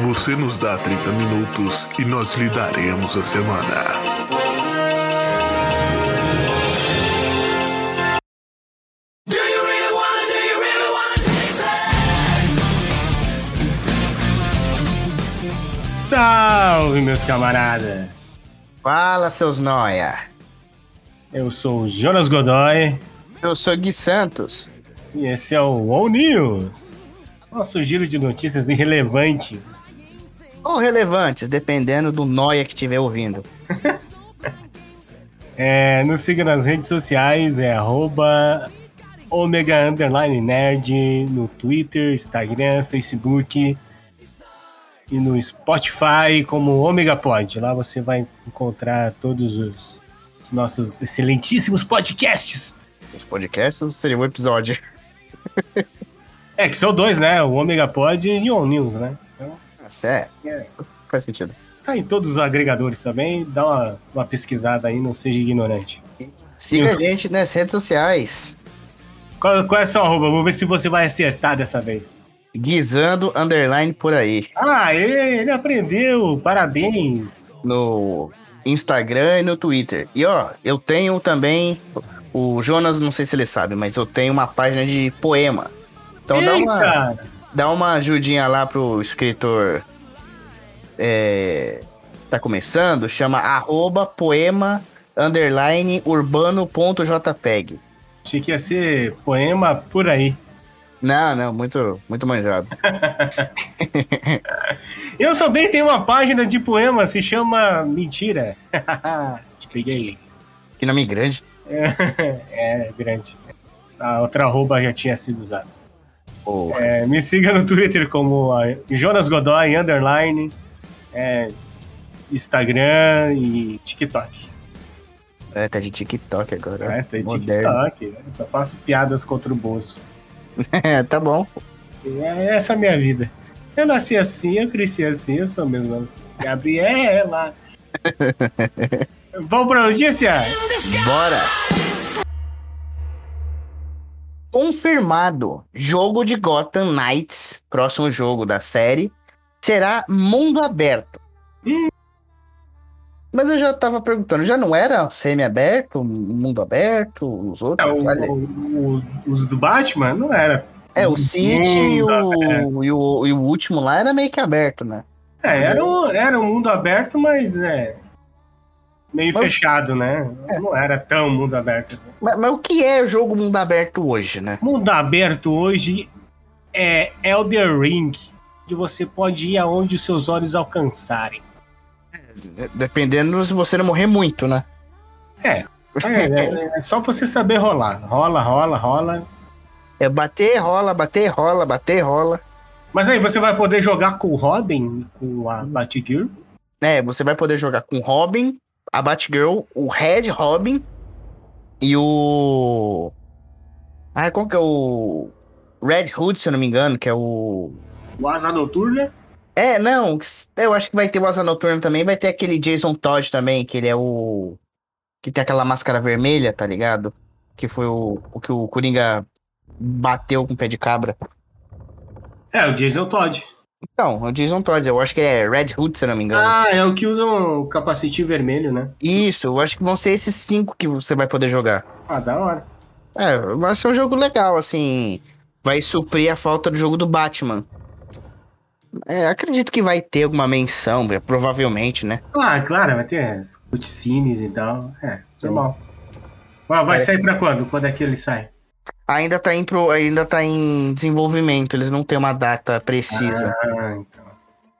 Você nos dá 30 minutos e nós lhe daremos a semana. Salve, meus camaradas! Fala, seus noia! Eu sou o Jonas Godoy. Eu sou Gui Santos. E esse é o All News nosso giro de notícias irrelevantes. Ou relevantes, dependendo do noia que estiver ouvindo. é, nos siga nas redes sociais, é arroba Omega Underline Nerd no Twitter, Instagram, Facebook e no Spotify como Omega Pod. Lá você vai encontrar todos os, os nossos excelentíssimos podcasts. Os podcasts seria um episódio. é, que são dois, né? O Omega Pod e o All News, né? Então, é, é. Faz sentido. Tá em todos os agregadores também. Dá uma, uma pesquisada aí, não seja ignorante. Siga os... a gente nas redes sociais. Qual, qual é a sua arroba? Vamos ver se você vai acertar dessa vez. Guisando underline por aí. Ah, ele aprendeu. Parabéns. No Instagram e no Twitter. E ó, eu tenho também. O Jonas, não sei se ele sabe, mas eu tenho uma página de poema. Então Eita. dá uma, dá uma ajudinha lá pro escritor. É, tá começando, chama arroba poema underline urbano.jpeg. Achei que ia ser poema por aí. Não, não, muito, muito manjado. Eu também tenho uma página de poema, se chama Mentira. Te peguei. Que nome grande. é, é grande. A outra arroba já tinha sido usada. Oh. É, me siga no Twitter como Jonas Godoy, underline, é, Instagram e TikTok. É, tá de TikTok agora. É, tá de Moderno. TikTok. Né? Só faço piadas contra o Bozo. tá bom. É, essa é a minha vida. Eu nasci assim, eu cresci assim, eu sou mesmo assim. Gabriela! Vamos pra notícia? Bora! confirmado. Jogo de Gotham Knights, próximo jogo da série, será mundo aberto. Hum. Mas eu já tava perguntando, já não era semi-aberto, mundo aberto, os outros? É, o, o, os do Batman não era. É, o City e o, e o, e, o, último lá era meio que aberto, né? É, era um, era um mundo aberto, mas é, meio mas, fechado, né? É. Não era tão mundo aberto assim. Mas, mas, o que é o jogo mundo aberto hoje, né? Mundo aberto hoje é Elder Ring, onde você pode ir aonde os seus olhos alcançarem. Dependendo se você não morrer muito, né? É. É, é, é só você saber rolar. Rola, rola, rola. É bater, rola, bater, rola, bater, rola. Mas aí você vai poder jogar com o Robin, com a Batgirl? É, você vai poder jogar com o Robin, a Batgirl, o Red Robin e o. Ah, qual que é o. Red Hood, se eu não me engano, que é o. O Asa Noturna? É, não, eu acho que vai ter o Asa Noturna também, vai ter aquele Jason Todd também, que ele é o. Que tem aquela máscara vermelha, tá ligado? Que foi o, o que o Coringa bateu com o pé de cabra. É, o Jason Todd. Então, o Jason Todd, eu acho que é Red Hood, se não me engano. Ah, é o que usa o capacete vermelho, né? Isso, eu acho que vão ser esses cinco que você vai poder jogar. Ah, da hora. É, vai ser um jogo legal, assim. Vai suprir a falta do jogo do Batman. É, acredito que vai ter alguma menção, é, provavelmente, né? Ah, claro, vai ter as cutscenes e tal. É, normal. Ah, vai sair pra quando? Quando é que ele sai? Ainda tá, em pro, ainda tá em desenvolvimento, eles não têm uma data precisa. Ah, então.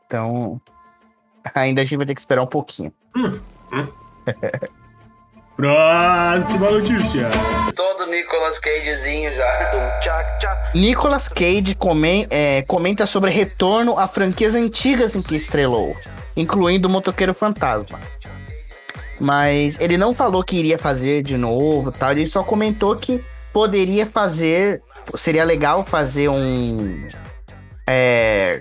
então. Ainda a gente vai ter que esperar um pouquinho. Hum, hum. Próxima notícia. Todo Nicolas Cagezinho já. Tchac, tchac. Nicolas Cage comen, é, comenta sobre retorno a franquias antigas em que estrelou, incluindo o Motoqueiro Fantasma. Mas ele não falou que iria fazer de novo, tal, ele só comentou que poderia fazer. Seria legal fazer um. É,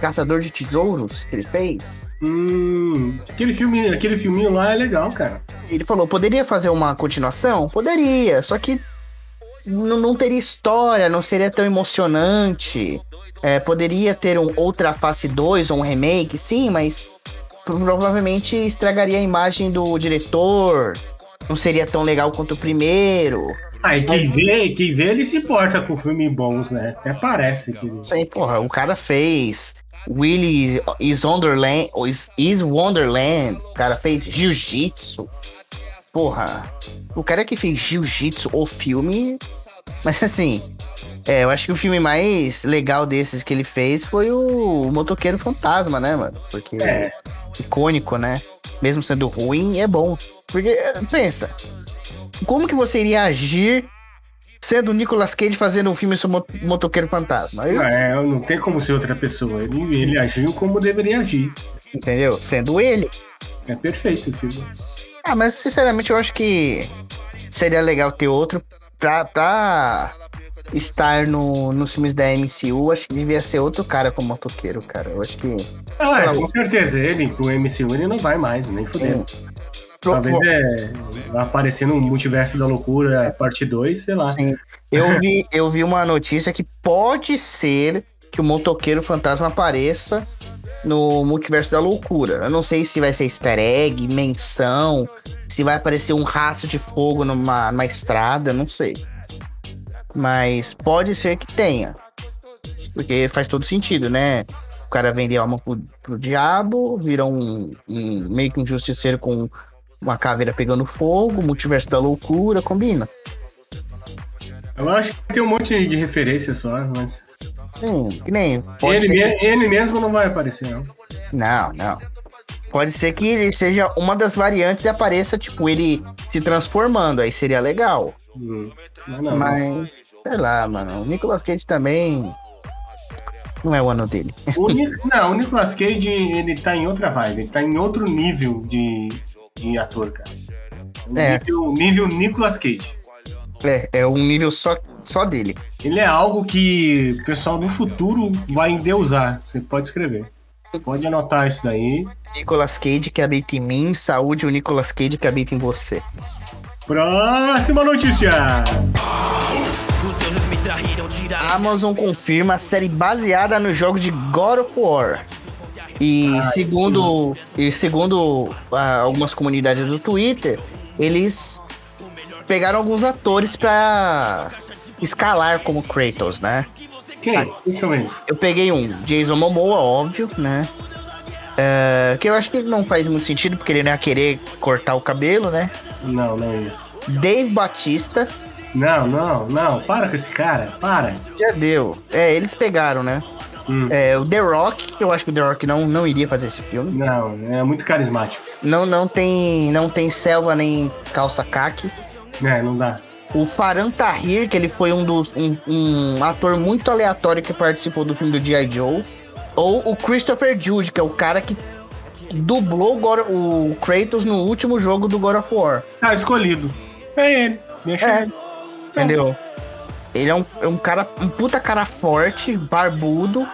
Caçador de Tesouros que ele fez. Hum, aquele, filme, aquele filminho lá é legal, cara. Ele falou: poderia fazer uma continuação? Poderia, só que não, não teria história, não seria tão emocionante. É, poderia ter um Outra Face 2 ou um remake, sim, mas provavelmente estragaria a imagem do diretor. Não seria tão legal quanto o primeiro. Ah, e quem vê, quem vê, ele se importa com filmes bons, né? Até parece que. Sei, porra, o cara fez Willy is Wonderland, ou is, is Wonderland. O cara fez Jiu-Jitsu. Porra, o cara que fez Jiu-Jitsu, o filme. Mas assim, é, eu acho que o filme mais legal desses que ele fez foi o Motoqueiro Fantasma, né, mano? Porque É. é icônico, né? Mesmo sendo ruim, é bom. Porque, eh, pensa, como que você iria agir sendo o Nicolas Cage fazendo um filme sobre mo- Motoqueiro Fantasma? Eu- É, não tem como ser outra pessoa. Ele, ele agiu como deveria agir. entendeu? Sendo ele. É perfeito o filme. Ah, mas sinceramente eu acho que seria legal ter outro pra, pra estar no, nos filmes da MCU. Acho que devia ser outro cara como motoqueiro, cara. Eu acho que. Ah, é, Fala. com certeza, ele, pro MCU, ele não vai mais, nem É, fudeu. Pro- Talvez é, vai aparecer no Multiverso da Loucura, parte 2, sei lá. Sim. Eu vi, eu vi uma notícia que pode ser que o motoqueiro fantasma apareça no multiverso da loucura. Eu não sei se vai ser easter egg, menção, se vai aparecer um rastro de fogo numa, numa estrada, não sei. Mas pode ser que tenha. Porque faz todo sentido, né? O cara vende a alma pro, pro diabo, vira um, um- meio que um justiceiro com uma caveira pegando fogo, multiverso da loucura, combina. Eu acho que tem um monte de referência só, mas. Sim, que nem. pode Hum, Ele, ser- me- ele mesmo não vai aparecer, não. Não, não. Pode ser que ele seja uma das variantes e apareça, tipo, ele se transformando. Aí seria legal. Hum, Não, não. Mas, sei lá, mano. O Nicolas Cage também. Não é o ano dele. O Nic- não, o Nicolas Cage, ele tá em outra vibe, ele tá em outro nível de, de ator, cara. O É. Nível, nível Nicolas Cage. É, é um nível só, só dele. Ele é algo que o pessoal do futuro vai endeusar. Você pode escrever. Pode anotar isso daí. Nicolas Cage que habita em mim, saúde o Nicolas Cage que habita em você. Próxima notícia! Os deuses me traíram, A tiraram. Amazon confirma a série baseada no jogo de God of War. E segundo, e segundo ah, algumas comunidades do Twitter, eles pegaram alguns atores pra escalar como Kratos, né? Quem? Quem são eles? Eu peguei um Jason Momoa, óbvio, né? É, que eu acho que não faz muito sentido, porque ele não ia querer cortar o cabelo, né? Não, não. é ele. Dave Batista, Não, não, não. Para com esse cara. Para. já deu. É, eles pegaram, né? Hum. É, o The Rock, que eu acho que o The Rock não, não iria fazer esse filme. Não, é muito carismático. Não, não tem, não tem selva nem calça caque. É, não dá. O Faran Tahir, que ele foi um, dos, um, um ator muito aleatório que participou do filme do G.I. Joe. Ou o Christopher Judge, que é o cara que dublou o God- o Kratos no último jogo do God of War. Ah, escolhido. É ele. Deixa É. ele. Entendeu? Ele é um, é um cara, um puta cara forte, barbudo.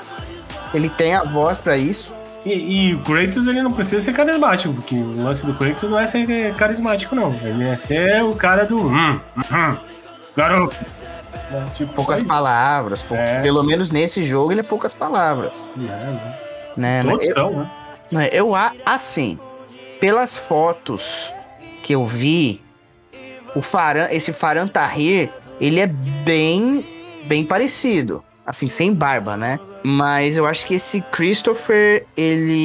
Ele tem a voz pra isso. E, e o Kratos ele não precisa ser carismático, porque o lance do Kratos não é ser carismático, não. Ele é ser o cara do. Hum, hum, garoto. Né, Tipo, É, Poucas só isso. palavras. pou- É. Pelo menos nesse jogo ele é poucas palavras. Não, não. Né? Todos Eu- são, né? Né, Eu a- assim, pelas fotos que eu vi, o Faran, esse Faran Tahir, ele é bem bem parecido, assim, sem barba, né? Mas eu acho que esse Christopher,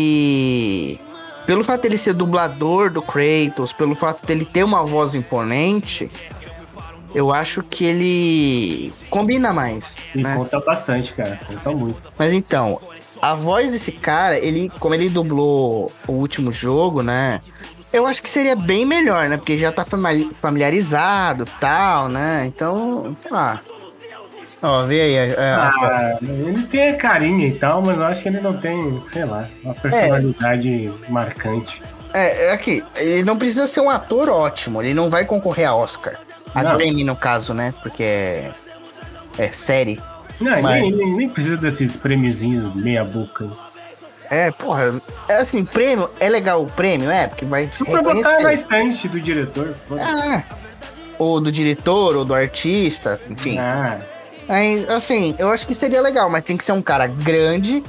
ele pelo fato dele ser dublador do Kratos, pelo fato dele ter uma voz imponente, eu acho que ele combina mais, E né? conta bastante, cara. Conta muito. Mas então, a voz desse cara, ele, como ele dublou o último jogo, né? Eu acho que seria bem melhor, né? Porque já tá famili- familiarizado tal, né? Então, sei lá. Ó, vê aí. é, é, Ah, ele tem a carinha e tal, mas eu acho que ele não tem, sei lá, uma personalidade marcante. é, é aqui. Ele não precisa ser um ator ótimo. Ele não vai concorrer a Oscar. A Não. Grammy, no caso, né? Porque é. É série. Não, ele Mas- nem, nem- nem precisa desses prêmiozinhos meia-boca. É, porra. É assim, prêmio. É legal o prêmio, é? Porque vai. Só pra botar reconhecer. na estante do diretor. foda-se. Ah, ou do diretor, ou do artista, enfim. Ah, Mas, assim, eu acho que seria legal, mas tem que ser um cara grande,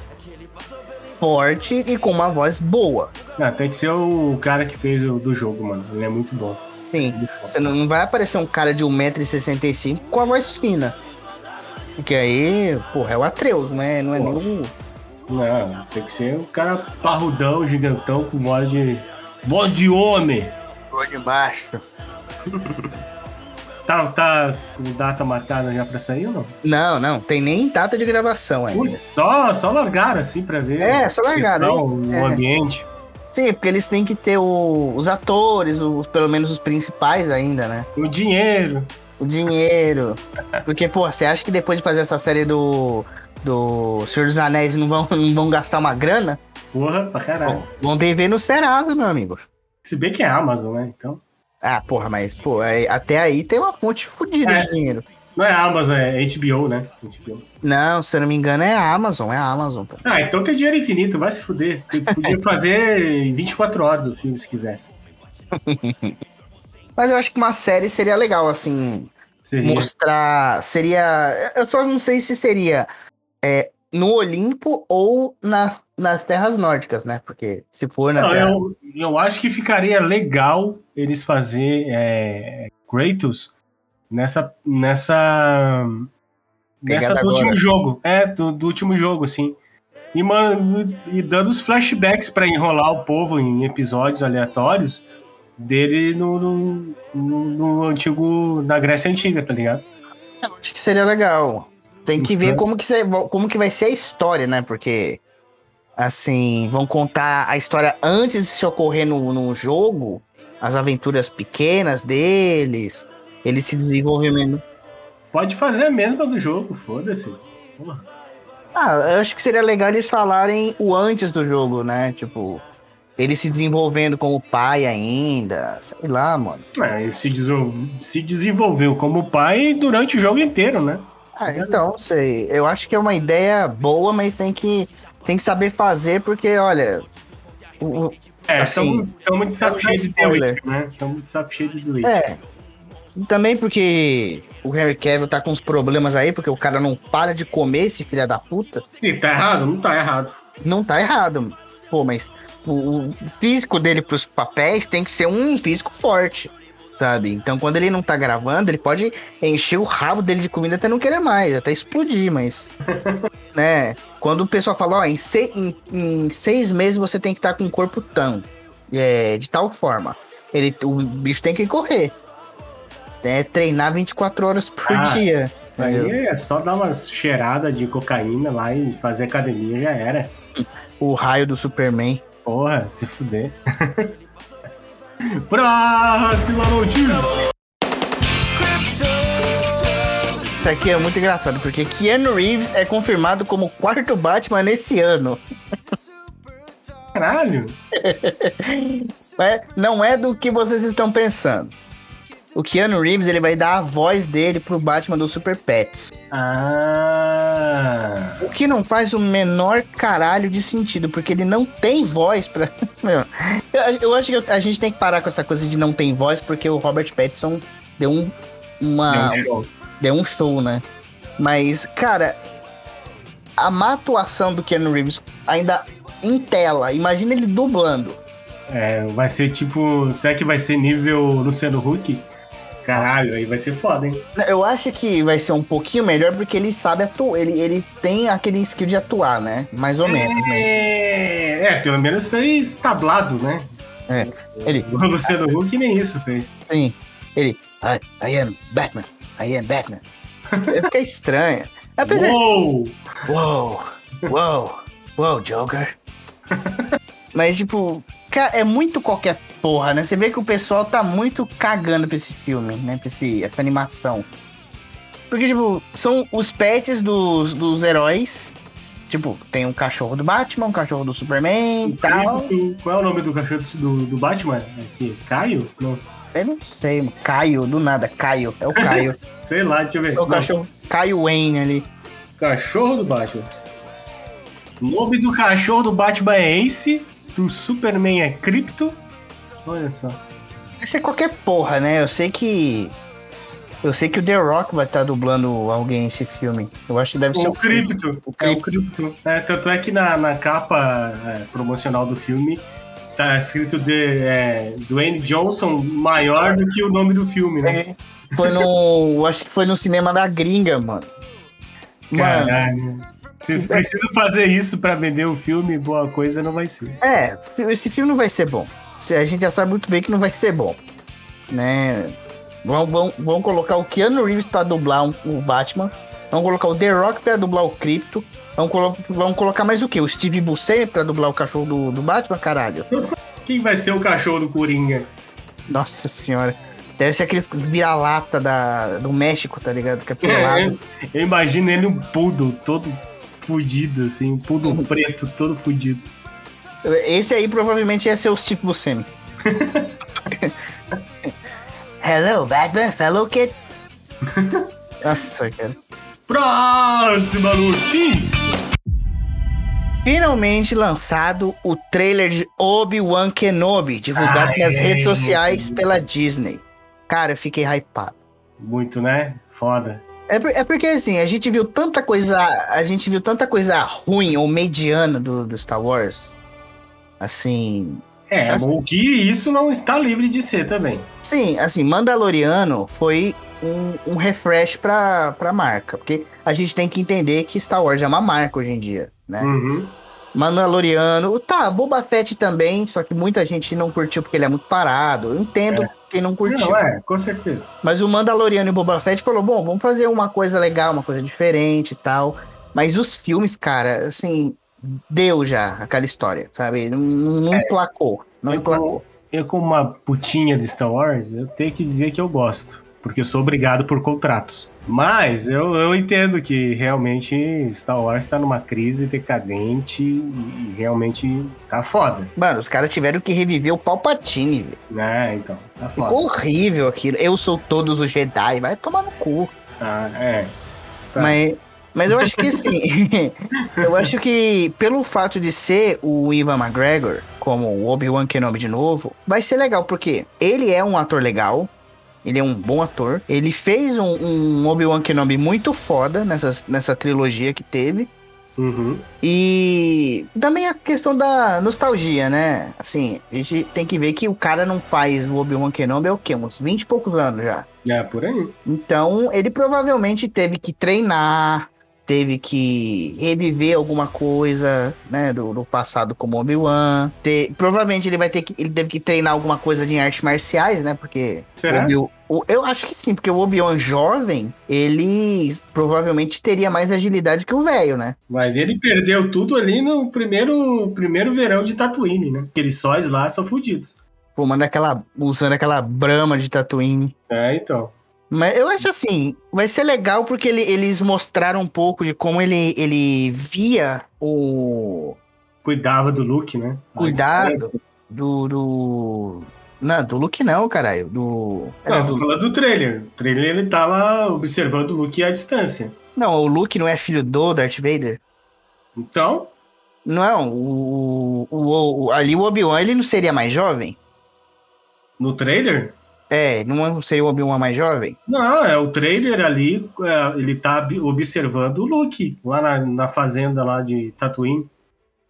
forte e com uma voz boa. não, Ah, tem que ser o cara que fez o do jogo, mano. Ele é muito bom. Sim. Você não- não vai aparecer um cara de 1,65m com a voz fina. Porque aí, porra, é o Atreus, não é, não é nem o. Não, tem que ser um cara parrudão, gigantão, com voz de. Voz de homem! Foi de baixo. Tá, tá com data marcada já pra sair ou não? Não, não, tem nem data de gravação ainda. Putz, só, só largaram assim pra ver. É, só largaram, questão, hein? O É. ambiente. Sim, porque eles têm que ter o- os atores, os, pelo menos os principais ainda, né? O dinheiro. O dinheiro. Porque, pô, você acha que depois de fazer essa série do. Do Senhor dos Anéis não vão, não vão gastar uma grana? Porra, pra caralho. Vão dever no Serasa, meu amigo. Se bem que é Amazon, né? Então. Ah, porra, mas, pô, aí- até aí tem uma fonte fodida É. de dinheiro. Não é Amazon, é HBO, né? HBO. Não, se eu não me engano, é a Amazon, é a Amazon. pô. Ah, então tem dinheiro infinito, vai se fuder. Tu Podia fazer em 24 horas o filme se quisesse. Mas eu acho que uma série seria legal, assim, Seria. mostrar. Seria. Eu só não sei se seria é, no Olimpo ou nas, nas terras nórdicas, né? Porque se for na Não, terra. eu, eu acho que ficaria legal eles fazer é, Kratos nessa. nessa. nessa Pegada do último agora. jogo. É, do, do último jogo, assim. E, mano, e dando os flashbacks pra enrolar o povo em episódios aleatórios dele no, no, no- no antigo. na Grécia Antiga, tá ligado? Eu acho que seria legal. Tem que ver Mistura. como que, se- como que vai ser a história, né? Porque, assim, vão contar a história antes de se ocorrer no, no jogo, as aventuras pequenas deles, eles se desenvolvendo. Pode fazer a mesma do jogo, foda-se. Porra. Ah, eu acho que seria legal eles falarem o antes do jogo, né? Tipo, ele se desenvolvendo como pai ainda, sei lá, mano. É, ele se, desol- se desenvolveu como pai durante o jogo inteiro, né? Ah, então, sei. Eu acho que é uma ideia boa, mas tem que, tem que saber fazer, porque, olha, o- o- É, Assim, estamos de saco pra cheio não dar de The spoiler. Witcher, né? Estamos de saco cheio de The Witcher. É. Também porque o Henry Cavill tá com uns problemas aí, porque o cara não para de comer esse filho da puta. Ele tá errado? Não tá errado. Não tá errado. Pô, mas o, o físico dele pros papéis tem que ser um físico forte, sabe? Então quando ele não tá gravando, ele pode encher o rabo dele de comida até não querer mais, até explodir, mas. né? Quando o pessoal fala, ó, em, se- em- em seis meses você tem que estar com o corpo tão, é, de tal forma. Ele, o bicho tem que correr. É treinar 24 horas por Ah, dia. entendeu? Aí é só dar umas cheiradas de cocaína lá e fazer academia já era. O raio do Superman. Porra, se fuder. Próxima notícia! Isso aqui é muito engraçado, porque Keanu Reeves é confirmado como o quarto Batman nesse ano. Caralho! É, não é do que vocês estão pensando. O Keanu Reeves ele vai dar a voz dele pro Batman do Super Pets. Ah! O que não faz o menor caralho de sentido, porque ele não tem voz pra. Meu, eu, eu acho que a gente tem que parar com essa coisa de não tem voz, porque o Robert Pattinson deu um, uma, Deu um show. deu um show, né? Mas, cara, a má atuação do Keanu Reeves ainda em tela. Imagina ele dublando. É, vai ser tipo. Será que vai ser nível Luciano Huck? Caralho, aí vai ser foda, hein? Eu acho que vai ser um pouquinho melhor porque ele sabe atuar. Ele, ele tem aquele skill de atuar, né? Mais ou menos. mas- É, é, pelo menos fez tablado, né? É, Ele, O Luciano Huck nem isso fez. sim. Ele, I, I am Batman. I am Batman. Fica estranho. Apesar Uou! Uou, uou, uou, Joker. Mas, tipo, ca- é muito qualquer porra, né? Você vê que o pessoal tá muito cagando pra esse filme, né? Pra esse, essa animação. Porque, tipo, são os pets dos, dos heróis. Tipo, tem um cachorro do Batman, um cachorro do Superman e tal. Incrível. Qual é o nome do cachorro do, do Batman? Aqui, Caio? Não, Eu não sei, mano. Caio, do nada. Caio, é o Caio. sei lá, deixa eu ver. É o Não, cachorro Caio Wayne ali. Cachorro do Batman. O nome do cachorro do Batman é Ace, do Superman é Crypto. Olha só. Isso é qualquer porra, né? Eu sei que Eu sei que o The Rock vai estar dublando alguém esse filme. Eu acho que deve ser é O cripto. O É o Crypto. cripto. É, tanto é que na, na capa é, promocional do filme tá escrito de, é, Dwayne Johnson maior do que o nome do filme, né? É, Foi no. eu acho que foi no cinema da gringa, mano. É, Mano, Caralho. Vocês precisam fazer isso pra vender o filme, boa coisa não vai ser. é, fi- esse filme não vai ser bom. Se- A gente já sabe muito bem que não vai ser bom. Né? Vão, vão, vão colocar o Keanu Reeves pra dublar um- o Batman. Vão colocar o The Rock pra dublar o Crypto. Vão, colo- vão colocar mais o quê? O Steve Buscemi pra dublar o cachorro do, do Batman, caralho. Quem vai ser o cachorro do Coringa? Nossa senhora. Deve ser aqueles vira-lata da- do México, tá ligado? Que é pelado. Eu, eu imagino ele um poodle todo fudido, assim, um poodle preto todo fudido. Esse aí provavelmente ia ser o Steve Buscemi. Hello, Batman. Hello, kid. Nossa, cara. Próxima notícia! Finalmente lançado o trailer de Obi-Wan Kenobi, divulgado Ai, nas redes meu sociais pela Disney. Cara, eu fiquei hypado. Muito, né? Foda. É, por- é porque assim, a gente viu tanta coisa. A gente viu tanta coisa ruim ou mediana do, do Star Wars. Assim. É, Mas- o que isso não está livre de ser também. Sim, assim, Mandaloriano foi um, um refresh pra, pra marca. Porque a gente tem que entender que Star Wars é uma marca hoje em dia, né? Uhum. Mandaloriano, tá, Boba Fett também, só que muita gente não curtiu porque ele é muito parado. Eu entendo quem não curtiu. Não, é, com certeza. Mas o Mandaloriano e o Boba Fett falou, bom, vamos fazer uma coisa legal, uma coisa diferente e tal. Mas os filmes, cara, assim, deu já aquela história, sabe? Não, não É. emplacou. Não Eu como- emplacou. Eu, como uma putinha de Star Wars, eu tenho que dizer que eu gosto. Porque eu sou obrigado por contratos. Mas eu, eu entendo que realmente Star Wars tá numa crise decadente e realmente tá foda. Mano, os caras tiveram que reviver o Palpatine, velho. Né, então, tá foda. Ficou horrível aquilo. Eu sou todos os Jedi, vai tomar no cu. Ah, é. Tá. Mas, mas eu acho que sim. eu acho que pelo fato de ser o Ivan McGregor, como o Obi-Wan Kenobi de novo, vai ser legal, porque ele é um ator legal. Ele é um bom ator. Ele fez um, um Obi-Wan Kenobi muito foda nessa, nessa trilogia que teve. Uhum. E também a questão da nostalgia, né? Assim, a gente tem que ver que o cara não faz o Obi-Wan Kenobi há o quê? Uns 20 e poucos anos já. É, por aí. Então, ele provavelmente teve que treinar, teve que reviver alguma coisa, né, do, do passado como Obi-Wan. Te- Provavelmente ele vai ter que, ele teve que treinar alguma coisa de artes marciais, né, porque Será? Obi- o- eu acho que sim, porque o Obi-Wan jovem, ele provavelmente teria mais agilidade que o velho, né? Mas ele perdeu tudo ali no primeiro, primeiro verão de Tatooine, né? Aqueles sóis lá são fodidos. Fumando aquela, usando aquela brama de Tatooine. É, então. Mas eu acho assim, vai ser legal porque ele- eles mostraram um pouco de como ele, ele via o. Cuidava do Luke, né? A Cuidado. distância. do. do... Não, do Luke não, caralho. Do. Não, Era eu tô do- falando do trailer. O trailer ele tava observando o Luke à distância. Não, o Luke não é filho do Darth Vader. Então, Não, o. o, o- o- ali o Obi-Wan ele não seria mais jovem? no trailer? É, não seria o Obi-Wan mais jovem? Não, é o trailer ali, é, ele tá ob- observando o Luke lá na, na fazenda lá de Tatooine.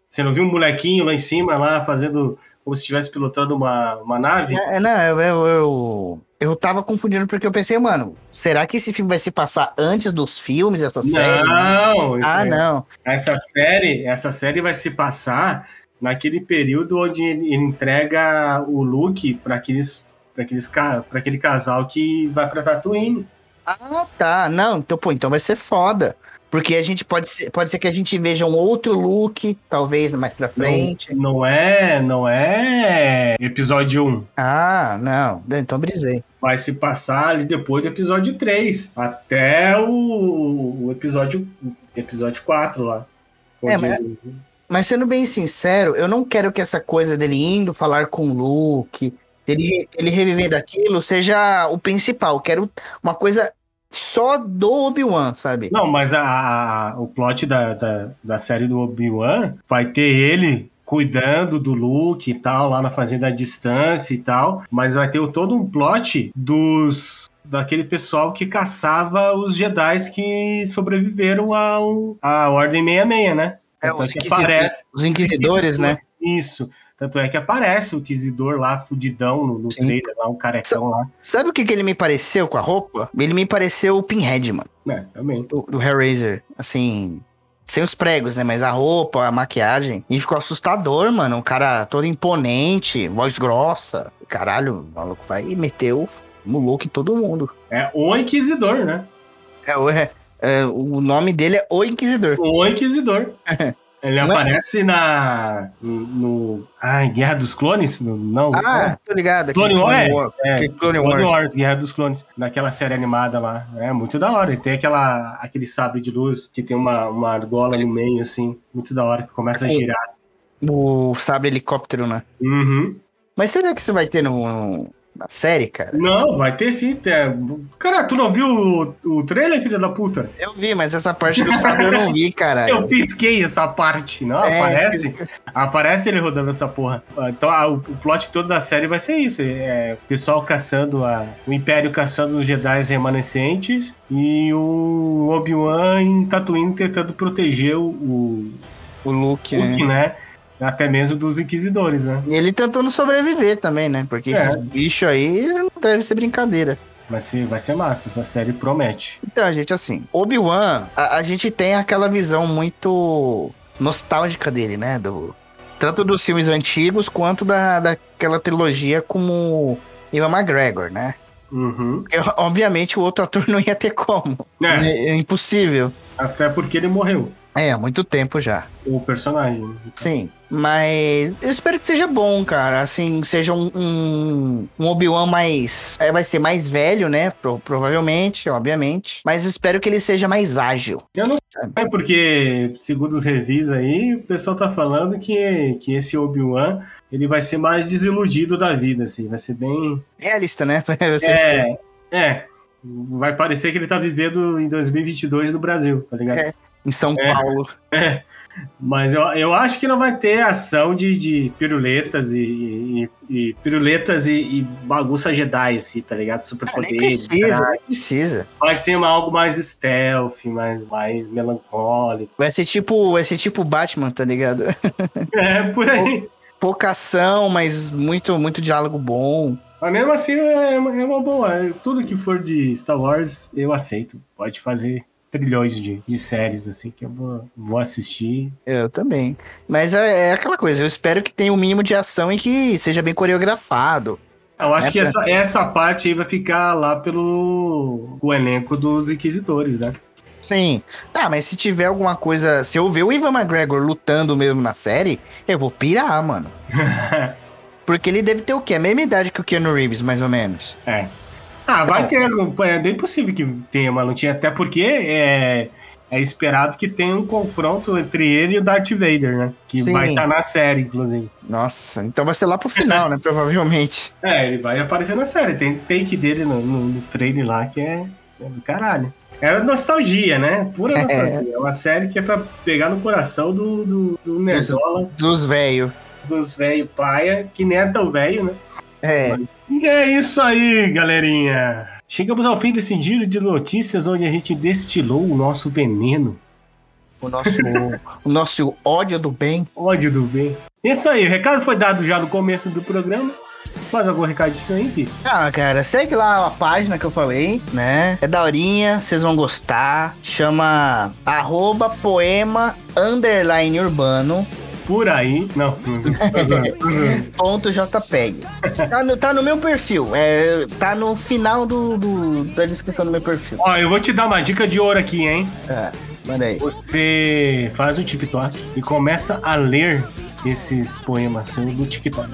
Você não viu um molequinho lá em cima, lá fazendo como se estivesse pilotando uma, uma nave? É, não, eu, eu, eu. eu tava confundindo porque eu pensei, mano, será que esse filme vai se passar antes dos filmes, essa série? né? Não, isso Ah, aí- é não. Essa série, essa série vai se passar naquele período onde ele entrega o Luke para aqueles para aqueles para aquele casal que vai para Tatooine. Ah, tá. Não, então, pô, então vai ser foda. Porque a gente pode ser, pode ser que a gente veja um outro look, talvez mais pra frente. Não, não é, não é episódio 1. Ah, não. Então brisei. Vai se passar ali depois do episódio 3, até o, o episódio o episódio 4 lá. É, Onde- Mas sendo bem sincero, eu não quero que essa coisa dele indo falar com o Luke, ele, ele reviver daquilo, seja o principal. Eu quero uma coisa só do Obi-Wan, sabe? Não, mas a- a- o plot da, da, da série do Obi-Wan vai ter ele cuidando do Luke e tal, lá na fazenda à distância e tal, mas vai ter o- todo um plot dos daquele pessoal que caçava os Jedi que sobreviveram ao, à Ordem 66, né? É, Tanto os, é que inquisi- aparece. os inquisidores, né? Isso. Tanto é que aparece o Inquisidor lá, fudidão, no, no Sim. trailer lá, um carecão lá. Sabe o que, que ele me pareceu com a roupa? Ele me pareceu o Pinhead, mano, É, também. do, do Hellraiser. Assim, sem os pregos, né? Mas a roupa, a maquiagem. E ficou assustador, mano. Um cara todo imponente, voz grossa. Caralho, o maluco vai e meteu no louco em todo mundo. É o Inquisidor, né? É, o- é, é, o nome dele é O Inquisidor. O Inquisidor. Ele Não é? aparece na. no. Ah, Guerra dos Clones? No- Não. Ah, tô ligado. Clone War, é. War. é, que Clone Clone Wars. Wars, Guerra dos Clones, naquela série animada lá. É muito da hora. E tem aquela, aquele sabre de luz que tem uma, uma argola no meio, assim. Muito da hora, que começa a Sim. girar. O sabre helicóptero, né? Uhum. Mas será que isso vai ter no, no- na série, cara? Não, vai ter sim. Tem... Cara, tu não viu o, o trailer, filha da puta? Eu vi, mas essa parte do sabre eu não vi, cara. Eu pisquei essa parte. Não, É, aparece. Aparece ele rodando essa porra. Então ah, o, o plot todo da série vai ser isso. É, o pessoal caçando a. O Império caçando os Jedi remanescentes e o Obi-Wan em Tatooine tentando proteger o, o O Luke, né? Luke, né? Até mesmo dos Inquisidores, né? E ele tentando sobreviver também, né? Porque É. esses bichos aí não deve ser brincadeira. Vai ser, vai ser massa, essa série promete. Então, gente, assim, Obi-Wan, a, a gente tem aquela visão muito nostálgica dele, né? Do, tanto dos filmes antigos quanto da, daquela trilogia como Ivan McGregor, né? Uhum. Porque, obviamente, o outro ator não ia ter como. É, É, é impossível. até porque ele morreu, É, há muito tempo já. o personagem. Sim. Mas eu espero que seja bom, cara. Assim, seja um, um, um Obi-Wan mais. é, Vai ser mais velho, né? Pro- provavelmente, obviamente. Mas eu espero que ele seja mais ágil. Eu não sei, É porque, segundo os reviews aí, o pessoal tá falando que, que esse Obi-Wan ele vai ser mais desiludido da vida, assim, vai ser bem. Realista, né? Você- É, é. Vai parecer que ele tá vivendo em 2022 no Brasil, tá ligado? É. Em São É. Paulo. Mas eu, eu acho que não vai ter ação de, de piruletas e, e- e piruletas e, e bagunça Jedi, assim, tá ligado? Ah, nem Superpoderes. precisa, caralho. nem precisa. Vai ser uma- algo mais stealth, mais, mais melancólico. Vai ser tipo. Vai ser tipo Batman, tá ligado? É, por aí. Pouca ação, mas muito, muito diálogo bom. Mas mesmo assim é, é uma boa. É, Tudo que for de Star Wars eu aceito. Pode fazer trilhões de, de séries assim que eu vou, vou assistir. Eu também. Mas é, é aquela coisa, eu espero que tenha o mínimo de ação e que seja bem coreografado. Eu acho É que pra- essa, essa parte aí vai ficar lá pelo com o elenco dos Inquisidores, né? Sim. Ah, mas se tiver alguma coisa. Se eu ver o Ivan McGregor lutando mesmo na série, eu vou pirar, mano. Porque ele deve ter o quê? A mesma idade que o Keanu Reeves, mais ou menos. É. Ah, vai Não. ter. algum- É bem possível que tenha uma lutinha, até porque é, é esperado que tenha um confronto entre ele e o Darth Vader, né? Que Sim. vai estar na série, inclusive. Nossa, então vai ser lá pro final, né? Provavelmente. É, ele vai aparecer na série. Tem take dele no, no, no trailer lá que é, é do caralho. É nostalgia, né? Pura É. nostalgia. É uma série que é pra pegar no coração do, do, do nerdola, Dos velhos. dos velho paia, que nem é tão velho, né? É. E é isso aí, galerinha! Chegamos ao fim desse giro de notícias onde a gente destilou o nosso veneno. O nosso, o nosso ódio do bem. Ódio do bem. Isso aí, o recado foi dado já no começo do programa. Mais algum recadinho aí, Gui? Ah, cara, segue lá a página que eu falei, né? É daorinha, vocês vão gostar. Chama arroba poema underline urbano. Por aí. Não. Tá zoando, tá zoando. Ponto .jpeg. Tá no, tá no meu perfil. É, tá no final do, do- da descrição do meu perfil. Ó, eu vou te dar uma dica de ouro aqui, hein? É, manda aí. Você faz o TikTok e começa a ler esses poemas seus do TikTok.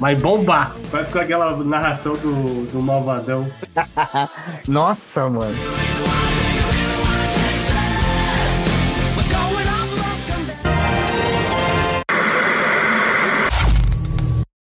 Mas bombar! Faz com aquela narração do, do Malvadão. Nossa, mano.